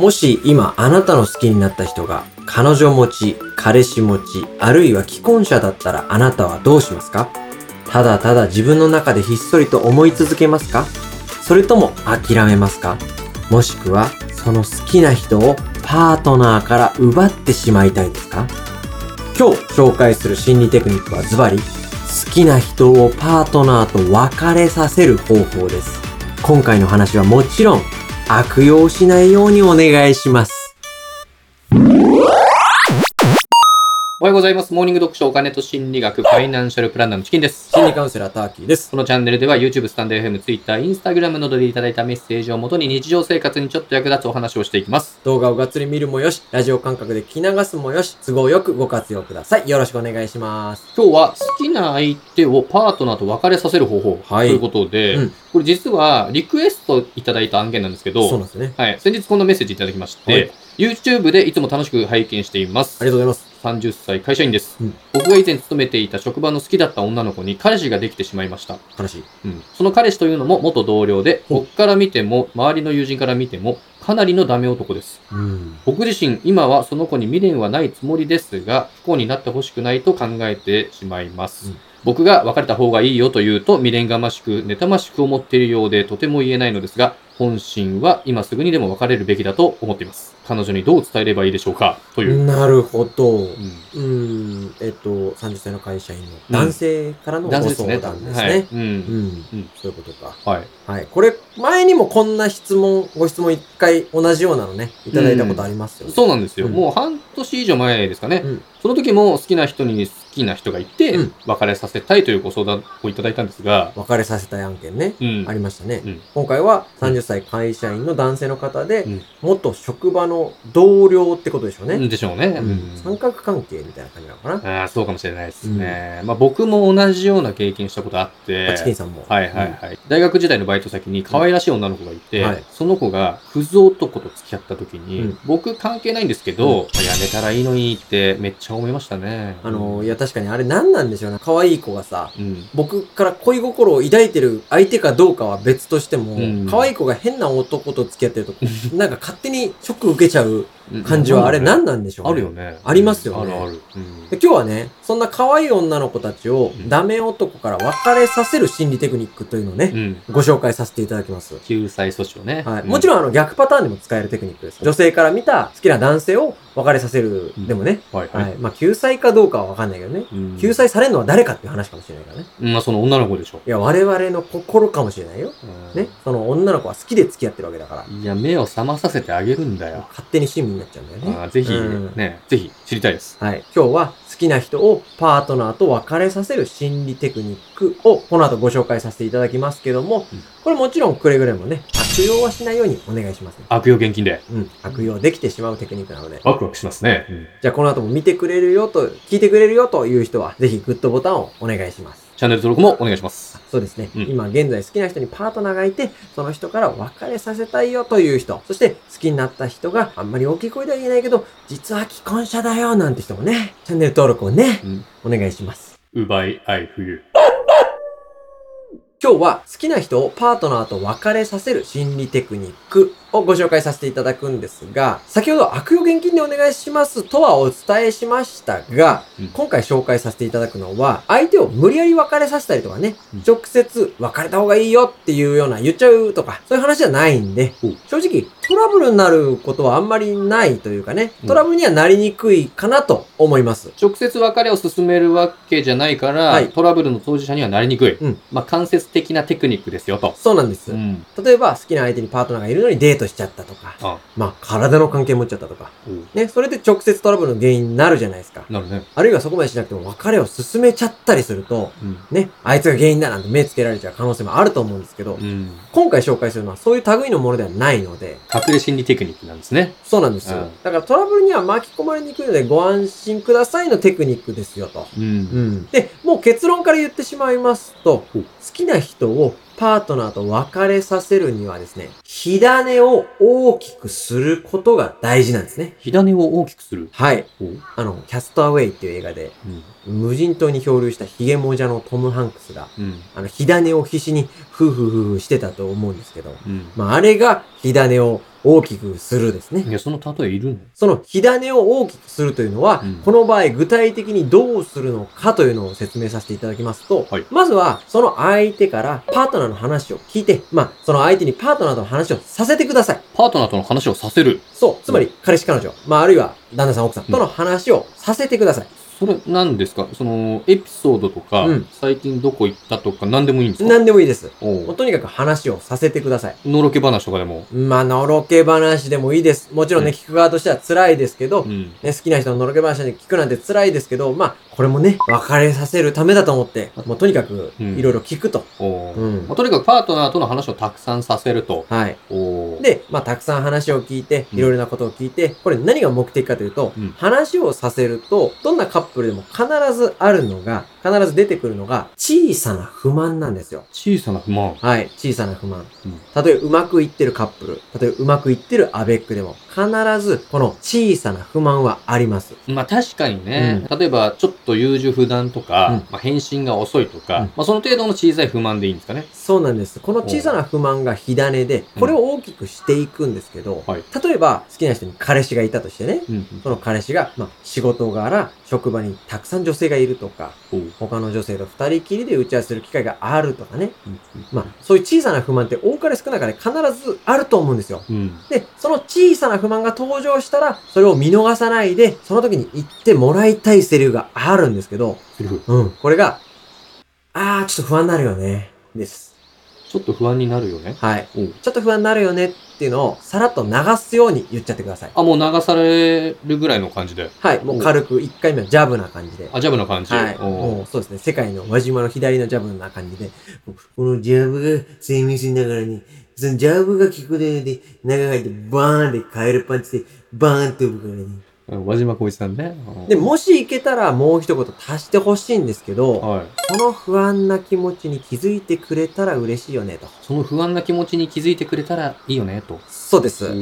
もし今あなたの好きになった人が彼女持ち、彼氏持ち、あるいは既婚者だったらあなたはどうしますかただただ自分の中でひっそりと思い続けますかそれとも諦めますかもしくはその好きな人をパートナーから奪ってしまいたいですか今日紹介する心理テクニックはズバリ好きな人をパートナーと別れさせる方法です今回の話はもちろん悪用しないようにお願いしますおはようございます。モーニング読書お金と心理学ファイナンシャルプランナーのチキンです。心理カウンセラーターキーですこのチャンネルでは YouTube、スタンド FM、Twitter、Instagram などでいただいたメッセージをもとに日常生活にちょっと役立つお話をしていきます。動画をがっつり見るもよしラジオ感覚で聞き流すもよし都合よくご活用くださいよろしくお願いします今日は好きな相手をパートナーと別れさせる方法はといいうことで、うんこれ実はリクエストいただいた案件なんですけそうど、なんですねはい、先日こんなメッセージいただきまして、はい YouTube でいつも楽しく拝見していますあり。がとうございます30歳会社員です、うん僕が以前勤めていた職場の好きだった女の子に彼氏ができてしまいました。話うん、その彼氏というのも元同僚で、ほう僕から見ても、周りの友人から見ても、かなりのダメ男です。うん僕自身、今はその子に未練はないつもりですが、不幸になってほしくないと考えてしまいます。うん僕が別れた方がいいよと言うと、未練がましく、妬ましく思っているようで、とても言えないのですが、本心は今すぐにでも別れるべきだと思っています。彼女にどう伝えればいいでしょうかという。なるほどうんうんえっと30歳の会社員の男性からのご男性です相ね。談ですはいね。う。うんんうんそういうことかはい。はい。これ、前にもこんな質問、ご質問一回同じようなのね、いただいたことありますよね。そうなんですよ、うんもう半年以上前ですかね、うんその時も好きな人に好きな人がいて、うん別れさせたいというご相談をいただいたんですが、別れさせたい案件ね、うんありましたね。うん今回は30歳会社員の男性の方で、うん元職場の同僚ってことでしょうね。でしょうね、うん三角関係みたいな感じなのかな。あーそうかもしれないですね、まあ、僕も同じような経験したことあってあチキンさんも。はいはいはい、大学時代のバイト先に可愛らしい女の子がいて、うんはいその子がクズ男と付き合った時に、うん僕関係ないんですけど、やめたらいいのにってめっちゃ思いましたねあの、いや確かにあれ何なんでしょうね。可愛い子がさ、うん僕から恋心を抱いてる相手かどうかは別としても、うん可愛い子が変な男と付き合ってる と、なんか勝手にショック受けちゃう感じはあれ何なんでしょうね。あるよね。ありますよねあるある。うんで今日はね、そんな可愛い女の子たちをうんダメ男から別れさせる心理テクニックというのをね、うん。ご紹介させていただきます。救済措置をね。はい。もちろんあの逆パターンでも使えるテクニックです。女性から見た好きな男性を別れさせるうんでもね、ろん。はいは。はいい。まあ救済かどうかはわかんないけどね。うん救。済されるのは誰かっていう話かもしれないからね。まあその女の子でしょ。いや、我々の心かもしれないよ。うんね。その女の子は好きで付き合ってるわけだから、いや、目を覚まさせてあげるんだよ。勝手に親身になっちゃうんだよね。あーぜひうん、ね、ぜひ知りたいです。はい。今日は好きな人をパートナーと別れさせる心理テクニックをこの後ご紹介させていただきますけどもうん、これもちろんくれぐれもね、悪用はしないようにお願いしますね。悪用現金で。うん。悪用できてしまうテクニックなので。ワクワクしますね。うんじゃあこの後も見てくれるよと、聞いてくれるよという人は、ぜひグッドボタンをお願いします。チャンネル登録もお願いします。そうですね、うん今現在好きな人にパートナーがいて、その人から別れさせたいよという人、そして好きになった人があんまり大きい声では言えないけど、実は既婚者だよなんて人もね、チャンネル登録をね、うんお願いします。奪い合い冬。今日は好きな人をパートナーと別れさせる心理テクニックをご紹介させていただくんですが、先ほど悪用現金でお願いしますとはお伝えしましたが、うん今回紹介させていただくのは、相手を無理やり別れさせたりとかね、うん直接別れた方がいいよっていうような言っちゃうとか、そういう話じゃないんでうん、正直トラブルになることはあんまりないというかねう、んトラブルにはなりにくいかなと思います。直接別れを進めるわけじゃないから、はいトラブルの当事者にはなりにくい。うんまあ間接的なテクニックですよと。そうなんです。ん。例えば、好きな相手にパートナーがいるのにデートしちゃったとか、あ、まあ、体の関係持っちゃったとか。うんね、それで直接トラブルの原因になるじゃないですか。なるね。あるいはそこまでしなくても別れを進めちゃったりすると、うん。ね、あいつが原因だなんて目つけられちゃう可能性もあると思うんですけど、うん。今回紹介するのはそういう類のものではないので、隠れ心理テクニックなんですね。そうなんですよ。うんだからトラブルには巻き込まれにくいのでご安心くださいのテクニックですよと。うんうん。で、もう結論から言ってしまいますと、ほう好きな人をパートナーと別れさせるにはですね、火種を大きくすることが大事なんですね。火種を大きくする。はい。おあの、キャストアウェイっていう映画で、うん。無人島に漂流したヒゲモジャのトム・ハンクスが、うん。あの、火種を必死に、ふーふーふーふーしてたと思うんですけど、うん。まあ、あれが火種を大きくするですねい。や、その例えいるのその火種を大きくするというのは、うんこの場合具体的にどうするのかというのを説明させていただきますと、はいまずはその相手からパートナーの話を聞いて、まあその相手にパートナーとの話をさせてください。パートナーとの話をさせる。そう。つまり彼氏彼女、まああるいは旦那さん奥さんとの話をさせてください。それ、何ですかその、エピソードとか、うん最近どこ行ったとか、何でもいいんですか何でもいいです。おもううとにかく話をさせてください。のろけ話とかでも。まあ、のろけ話でもいいです。もちろんね、うん聞く側としては辛いですけど、うん。ね、好きな人ののろけ話で聞くなんて辛いですけど、まあ、これもね、別れさせるためだと思って、もうとにかく、うんいろいろ聞くと。おううんまあとにかくパートナーとの話をたくさんさせると。はい。おうで、まあ、たくさん話を聞いて、うんいろいろなことを聞いて、これ何が目的かというと、うん話をさせると、どんなカップルでも必ずあるのが、必ず出てくるのが、小さな不満なんですよ。小さな不満。はい、小さな不満うん。例えばうまくいってるカップル、例えばうまくいってるアベックでも、必ずこの小さな不満はあります。まあ確かにね、例えばちょっと優柔不断とか、うんまあ、返信が遅いとか、うんまあその程度の小さい不満でいいんですかね。そうなんです。この小さな不満が火種で、うんこれを大きくしていくんですけど、はい例えば好きな人に彼氏がいたとしてね、うん。その彼氏が、まあ、仕事柄、職場にたくさん女性がいるとか、おう他の女性と二人きりで打ち合わせする機会があるとかね。うんまあ、そういう小さな不満って多かれ少なかれ必ずあると思うんですよ。うん。で、その小さな不満が登場したら、それを見逃さないで、その時に言ってもらいたいセリフがあるんですけど、するうん、これが、あー、ちょっと不安になるよね、です。ちょっと不安になるよね。はい。おうちょっと不安になるよねっていうのを、さらっと流すように言っちゃってください。あ、もう流されるぐらいの感じで。はい、もう軽く1回目はジャブな感じで。あ、ジャブの感じ。はい。おうもうそうですね。世界の輪島の左のジャブな感じで、このジャブが精密ながらに、そのジャブが効くで、で、長入ってバーンでカエルパンチで、バーンって飛ぶからね。うん和島浩一さんね。おうで、もしいけたらもう一言足してほしいんですけど、はい。この不安な気持ちに気づいてくれたら嬉しいよね、と。その不安な気持ちに気づいてくれたらいいよね、と。そうでおす。う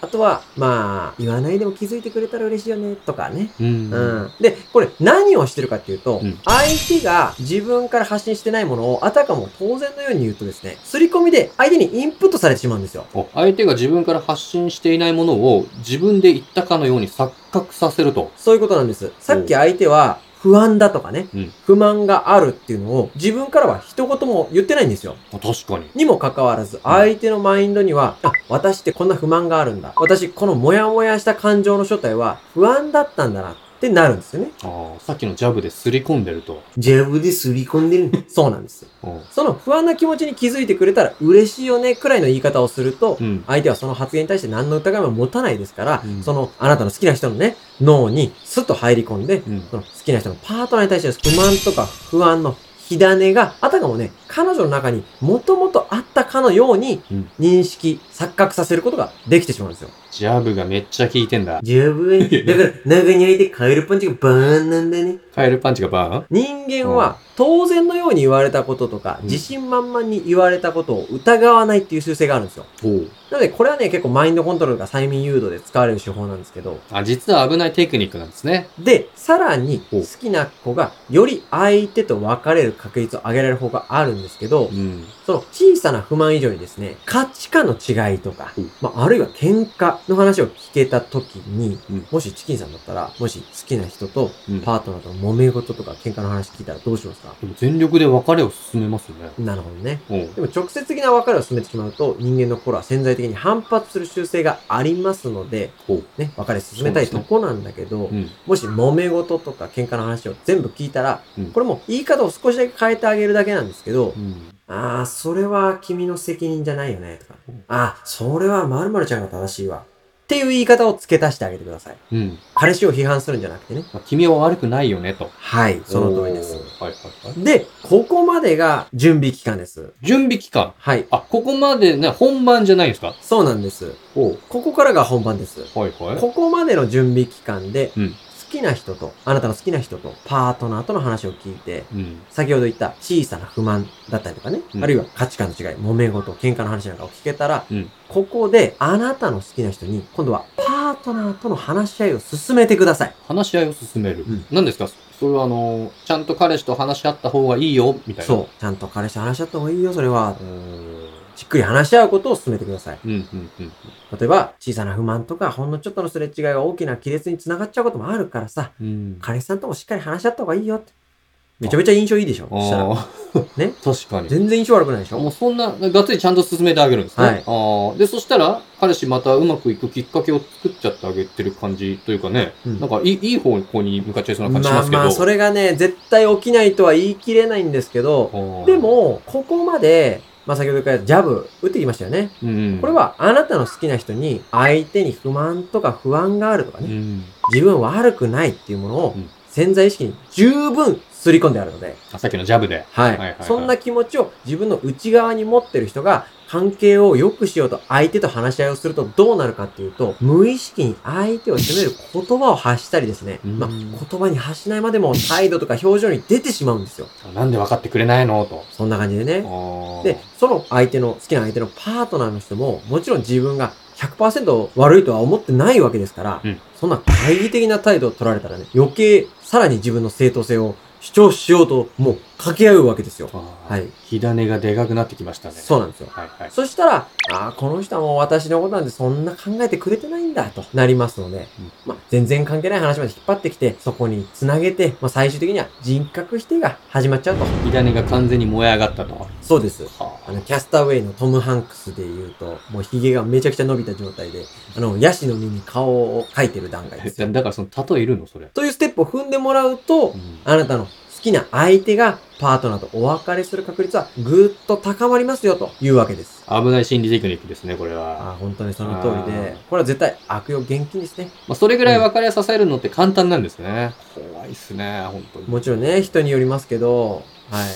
あとは、まあ、言わないでも気づいてくれたら嬉しいよね、とかね。うん。うんで、これ何をしてるかっていうと、うん相手が自分から発信してないものをあたかも当然のように言うとですね、刷り込みで相手にインプットされてしまうんですよ。お相手が自分から発信していないものを自分で言ったかのように錯覚させると。そういうことなんです。さっき相手は不安だとかね、うん不満があるっていうのを自分からは一言も言ってないんですよ。あ確かに。にもかかわらず、相手のマインドには、あ、私ってこんな不満があるんだ。私、このモヤモヤした感情の正体は不安だったんだなってなるんですよね。ああ、さっきのジャブで刷り込んでると。ジャブで刷り込んでる。 そうなんです。おうその不安な気持ちに気づいてくれたら嬉しいよねくらいの言い方をすると、うん。相手はその発言に対して何の疑いも持たないですから、うんそのあなたの好きな人のね、脳にスッと入り込んで、うん。その好きな人のパートナーに対しての不満とか不安の火種があたかもね、彼女の中にもともとあったかのようにうん認識、錯覚させることができてしまうんですよ。ジャブがめっちゃ効いてんだ。十分、だから中に入いてカエルパンチがバーンなんだね。カエルパンチがバーン人間は当然のように言われたこととか、うん自信満々に言われたことを疑わないっていう習性があるんですよ。おうなのでこれはね、結構マインドコントロールが催眠誘導で使われる手法なんですけど、あ、実は危ないテクニックなんですね。で、さらにお好きな子がより相手と別れる確率を上げられる方があるんですけどう、ん。その小さな不満以上にですね、価値観の違いとかうん、まあ、あるいは喧嘩の話を聞けた時にうん、もしチキンさんだったら、もし好きな人とうんパートナーとの揉め事とか喧嘩の話聞いたらどうしますかでも全力で別れを進めますね。なるほどね。おうでも直接的な別れを進めてしまうと人間の心は潜在的に反発する習性がありますので、おうね、別れ進めたいそうですとこねなんだけど、うん。もし揉め事とか喧嘩の話を全部聞いたら、うんこれも言い方を少しだけ変えてあげるだけなんですけど、うん。あー、それは君の責任じゃないよね、とか、あー、それは〇〇ちゃんが正しいわ。っていう言い方を付け足してあげてください。うん。彼氏を批判するんじゃなくてね。まあ君は悪くないよね、と。はい、その通りですおう。はいはいはい。で、ここまでが準備期間です。準備期間。はい、あ、ここまでね、本番じゃないんですかそうなんです。おうここからが本番です。はいはい。ここまでの準備期間で、うん好きな人と、あなたの好きな人と、パートナーとの話を聞いて、うん。先ほど言った小さな不満だったりとかね、うんあるいは価値観の違い、揉め事、喧嘩の話なんかを聞けたら、うんここであなたの好きな人に、今度はパートナーとの話し合いを進めてください。話し合いを進める。うん何ですかそれはあのーちゃんと彼氏と話し合った方がいいよ、みたいな。そう。ちゃんと彼氏と話し合った方がいいよ、それは。うーん。じっくり話し合うことを進めてください。うん、うん、うん。例えば、小さな不満とか、ほんのちょっとのすれ違いが大きな亀裂につながっちゃうこともあるからさ、うん。彼氏さんともしっかり話し合った方がいいよって。めちゃめちゃ印象いいでしょそしたら。ああ。ね 確かに。全然印象悪くないでしもょうそんな、がっつりちゃんと進めてあげるんですね。はいあーで、そしたら、彼氏またうまくいくきっかけを作っちゃってあげてる感じというかね、うんなんかいいいい方向に向かっちゃいそうな感じしままあすけど。まあ、それがね、絶対起きないとは言い切れないんですけど、あーで、も、ここまで、まあ先ほどからジャブ打ってきましたよね。うん、これ、は、あなたの好きな人に、相手に不満とか不安があるとかうね、ん、自分は悪くないっていうものをうん潜在意識に十分すり込んであるので、あさっきのジャブで。はい。はいはいそんな気持ちを自分の内側に持ってる人が、関係を良くしようと相手と話し合いをするとどうなるかっていうと、無意識に相手を責める言葉を発したりですね。うんまあ、言葉に発しないまでも態度とか表情に出てしまうんですよ。なんで分かってくれないのと。そんな感じであね。ーで、その相手の、好きな相手のパートナーの人も、もちろん自分が100%悪いとは思ってないわけですから、うんそんな懐疑的な態度を取られたらね、余計さらに自分の正当性を主張しようと、もう掛け合うわけですよ。あーはい。火種がでかくなってきましたね。そうなんですよ。はいはい。そしたら、ああ、この人はもう私のことなんてそんな考えてくれてないんだとなりますので、うんまあ、全然関係ない話まで引っ張ってきて、そこに繋げて、まあ、最終的には人格否定が始まっちゃうと。火種が完全に燃え上がったと。はそうです。ああの、キャスターウェイのトム・ハンクスで言うと、もうヒゲがめちゃくちゃ伸びた状態で、あの、ヤシの実に顔を描いてる段階でえすだ。だからその例えいるのそれ。というステップを踏んでもらうとう、んあなたの好きな相手がパートナーとお別れする確率はぐっと高まりますよというわけです。危ない心理テクニックですね、これあは。あ、本当にその通りであ、これは絶対悪用厳禁ですね。まあ、それぐらい別れさせるのって簡単なんですね。怖いっすね、本当に。もちろんね、人によりますけど、はい。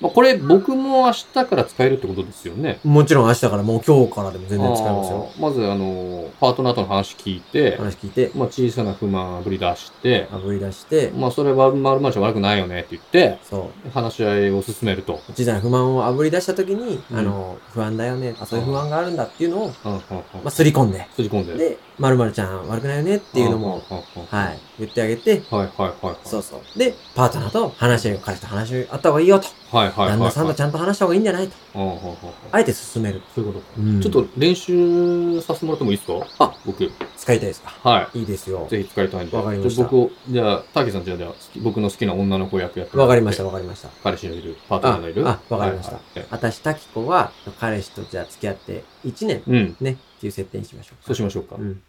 まあ、これ僕も明日から使えるってことですよね。もちろん明日からもう今日からでも全然使えますよ。あーまず、あの、パートナーとの話聞いて、話聞いて、まあ、小さな不満をぶり出して、あぶり出して、まあ、それは丸々じゃ悪くないよねって言って、そ話し合いを進めると。う。小さな不満をあぶり出した時に、うんあの、不安だよね、あ、そういう不安があるんだっていうのを、うんうんうんまあ、すり込んで、すり込んで。っで、まるちゃん悪くないよねっていうのも、。ははい、言ってあげて、いはいはいはい。そうそう。で、パートナーと話し合いを、彼氏と話し合った方がいいよと。はいはいはいはい。旦那さんとちゃんと話した方がいいんじゃないと。うんうんうんうんあえて進める。そういうことか。うんちょっと練習させてもらってもいいですかあ、僕。使いたいですかはいいですよい。。ぜひ使いたいんで。わかりましたじゃあ僕を、じゃあ、ターキーさんじゃあ、じゃあ好き僕の好きな女の子役やってもらわってかりました、。わかりました。彼氏のいる、パートナーのいる。ああわかりましたはいはい私、滝子は、彼氏とじゃあ付き合って1年うん。ね、っていう設定にしましょうか。そうしましょうかう。ん。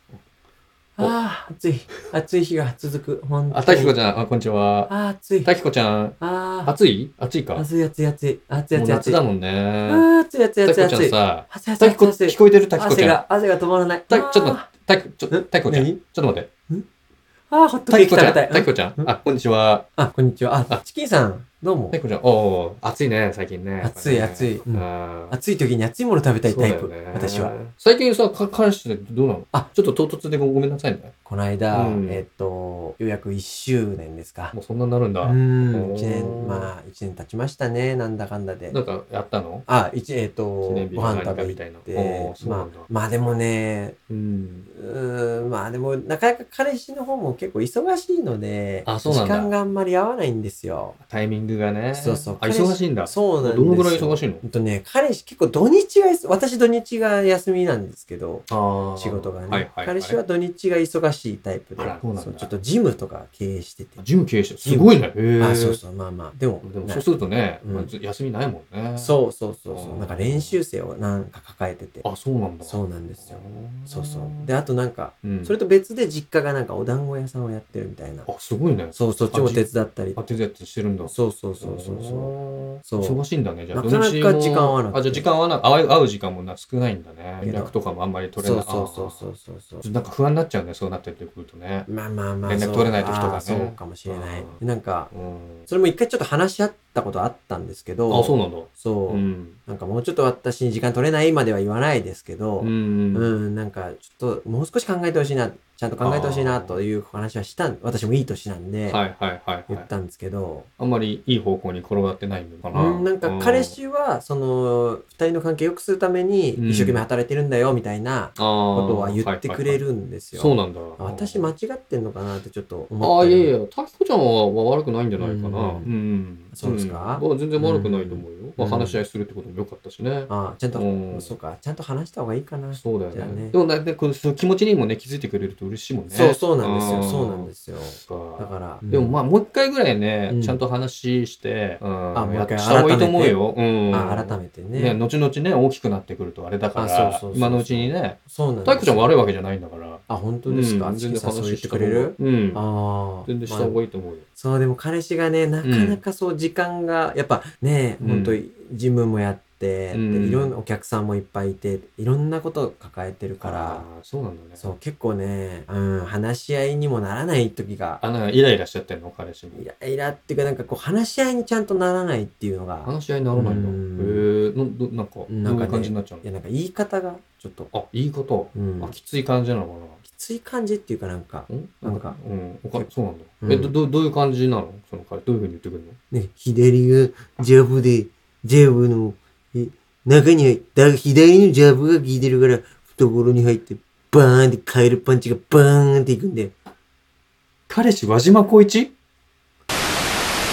ああ、暑い。暑い日が続く。本当にあ、たきこちゃん。ゃん、あ、こんにちは。ああ、暑い。たきこちゃん、あ暑い暑いかあ、もう暑い暑い暑い。暑い暑い暑夏い。だあもんね。あ、暑い暑いたき暑いこちゃ暑んい。さ、暑い暑たいきこ、暑い聞こえてるたきこち汗ゃん。が、汗が止まらない。たちょっと待あって、たき、ちょ、んたきこちゃん。ちょ何っと待って。ああ、ホットたケーキきこ食ちゃべたん、たきい。こちゃんう。んあ、こんにちは。あ、こんにちは。ああ、チキンさん、どうもたき。こちゃん、おー暑いね、最近ね。暑い暑いうんあー暑い時に暑いもの食べたいタイそプうだよね。私は。。最近さ、か彼氏ってどうなのああ、ちょっと唐突でごごめんなさいね。この間う、んえっと、ようやく1周年ですか。もうそんなになるんだ。うおん、ー一年、まあ、一年経ちましたね、なんだかんだでな。んかやったのあ、一、えっ、と、記念日ごが飯何食かべみてたいな。おーそうなまんだあ、まあでもね、うん。うーん、まあでも、なかなか彼氏の方も結構忙しいので、あそうなん時だ間があんまり合わないんですよ。タイミングがね。そうそうあ、忙しいんだ。そうなんですどよ。のぐらい忙いしいのとね、彼氏結構土日がいす、私土日が休みなんですけど、あー仕事がね、はいはいい彼氏は土日が忙しいタイプであらそうなんだうちょっとジムとか経営してて。ジム経営してるすごいね。へーあ、そうそう、まあまあ、でも、でもなそうするとね、うんまあず休みないもんね。そうそうそうそうう。んなんか練習生をなんか抱えてて。あ、そうなんだ。そううなんですよ。んそうそう。で、、あとなんか、うんそれと別で実家がなんかお団子屋さんをやってるみたいな。あ、すごいね。そう、そっちも手伝ったりあ、。手伝ってしてるんだ。そうそうそうそうそう。そそうう忙しいんだね。じゃあ、なかなか土日も時間合わなくてあ、じゃあ時間はな、合う合う時間もな少ないんだね。け連ど絡とかもあんまり取れそなうい。そうそうう。そうそうそうちょっとなんか不安になっちゃうね、そうなってくるとね。まあまあまあ。連絡そう取れない時とかねあーそうかもしれない。うんでなんか、うん。それも一回ちょっと話し合ったことあったんですけど。あ、そうなんだ。そうう。ん。なんかもうちょっと私に時間取れないまでは言わないですけど。う。うんん、なんか、ちょっと、もう少し考えてほしいな、ちゃんと考えてほしいな、という話はしたん、私もいい年なんで、はいはいはい言はっい。たんですけど、あんまりいい方向に転がってないのかな。うん、なんか、彼氏は、その、二人の関係良くするために、うん一生懸命働いてるんだよ、みたいなこことは言ってくれるんですよ。そうなんだ。私、間違ってんのかなってちょっと思っああ、たいりやいや、滝子ちゃんはは悪くないんじゃないかな。うんうん。そうですかうんまあ全然悪くないと思うよ。まあ、うん話し合いするってことも良かったしね。ああ、ちゃんと、うんそうか、ちゃんと話した方がいいかな。そそうだよじゃあね。ねでもなんかこのその気持ちにもね、気づいてくれると嬉しいもんう,、ね。そうなんですうよ。んそうなんですよ。そっだかから、でもまあ、あもう一回ぐらいね、うんちゃんと話して、うん、あもう一回した方がいいと思うよ。うん、あ改めてねね後々ね、大きくなってくるとあれだから、あそうそうそうそう今のうちにね、そうなんです大工ちゃん悪い。いわけじゃないんだから。あ、本当ですか。うん全然さんそう言ってしたく方がれるうん。ああ。全然した方まがあいいと思うよ。そう、でも彼氏がね、なかなかそう、時間が、やっぱね、うん本当にジムもやって、うんでいろんなお客さんもいっぱいいて、いろんなことを抱えてるから、あー、そうなんだね。そう、結構ね、うん、話し合いにもならない時が、あ、なんかイライラしちゃってんの彼氏もイ。ライラっていうか、なんかこう、話し合いにちゃんとならないっていうのが、話し合いにならないんだ。へえうんのどなんか、どうなんかねいう感じになっちゃういや、なんか言い方が、ちょっと、のあ、言い方。うんあ、きつい感じなのかな。きつい感じっていうかなんか、んなんか、うん、おかそうなんだ。うんえ、ど、どどういう感じなのその彼、どういうふうに言ってくるのね、左がジャブで、ジャブの、え中に入っだ左のジャブが効いてるから、懐に入って、バーンってカエルパンチがバーンっていくんで。彼氏、和島光一チ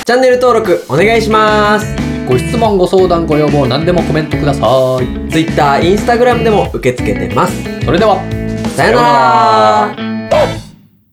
ャンネル登録お願いします。ご質問、ご相談、ご要望、何でもコメントください。 Twitter、Instagram でも受け付けてます。それでは、さよなら